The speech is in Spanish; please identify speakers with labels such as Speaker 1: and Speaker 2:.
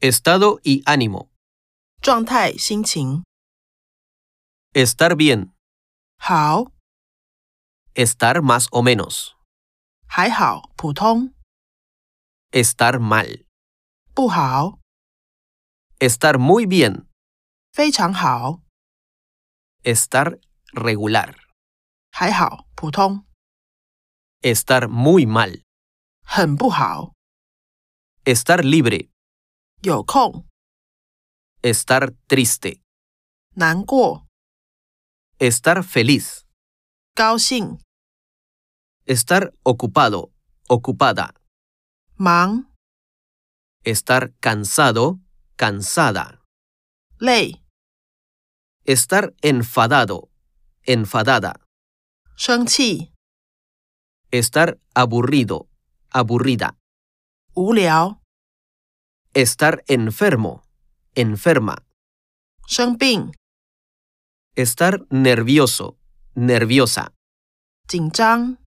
Speaker 1: Estado y ánimo.
Speaker 2: 状态、心情
Speaker 1: Estar bien.
Speaker 2: 好，
Speaker 1: Estar más o menos.
Speaker 2: 还好，普通，
Speaker 1: Estar mal.
Speaker 2: 不好，
Speaker 1: Estar muy bien.
Speaker 2: 非常好，
Speaker 1: Estar regular.
Speaker 2: 还好，普通，
Speaker 1: Estar muy mal.
Speaker 2: 很不好，
Speaker 1: Estar libre.
Speaker 2: 有空，
Speaker 1: Estar triste.
Speaker 2: 难过，
Speaker 1: Estar feliz.
Speaker 2: 高兴，
Speaker 1: Estar ocupado. Ocupada.
Speaker 2: 忙，
Speaker 1: Estar cansado. Cansada.
Speaker 2: 累，
Speaker 1: Estar enfadado. Enfadada.
Speaker 2: 生气，
Speaker 1: Estar aburrido. Aburrida.
Speaker 2: 无聊，
Speaker 1: Estar enfermo. Enferma.
Speaker 2: 生病，
Speaker 1: Estar nervioso, nerviosa.
Speaker 2: 紧张，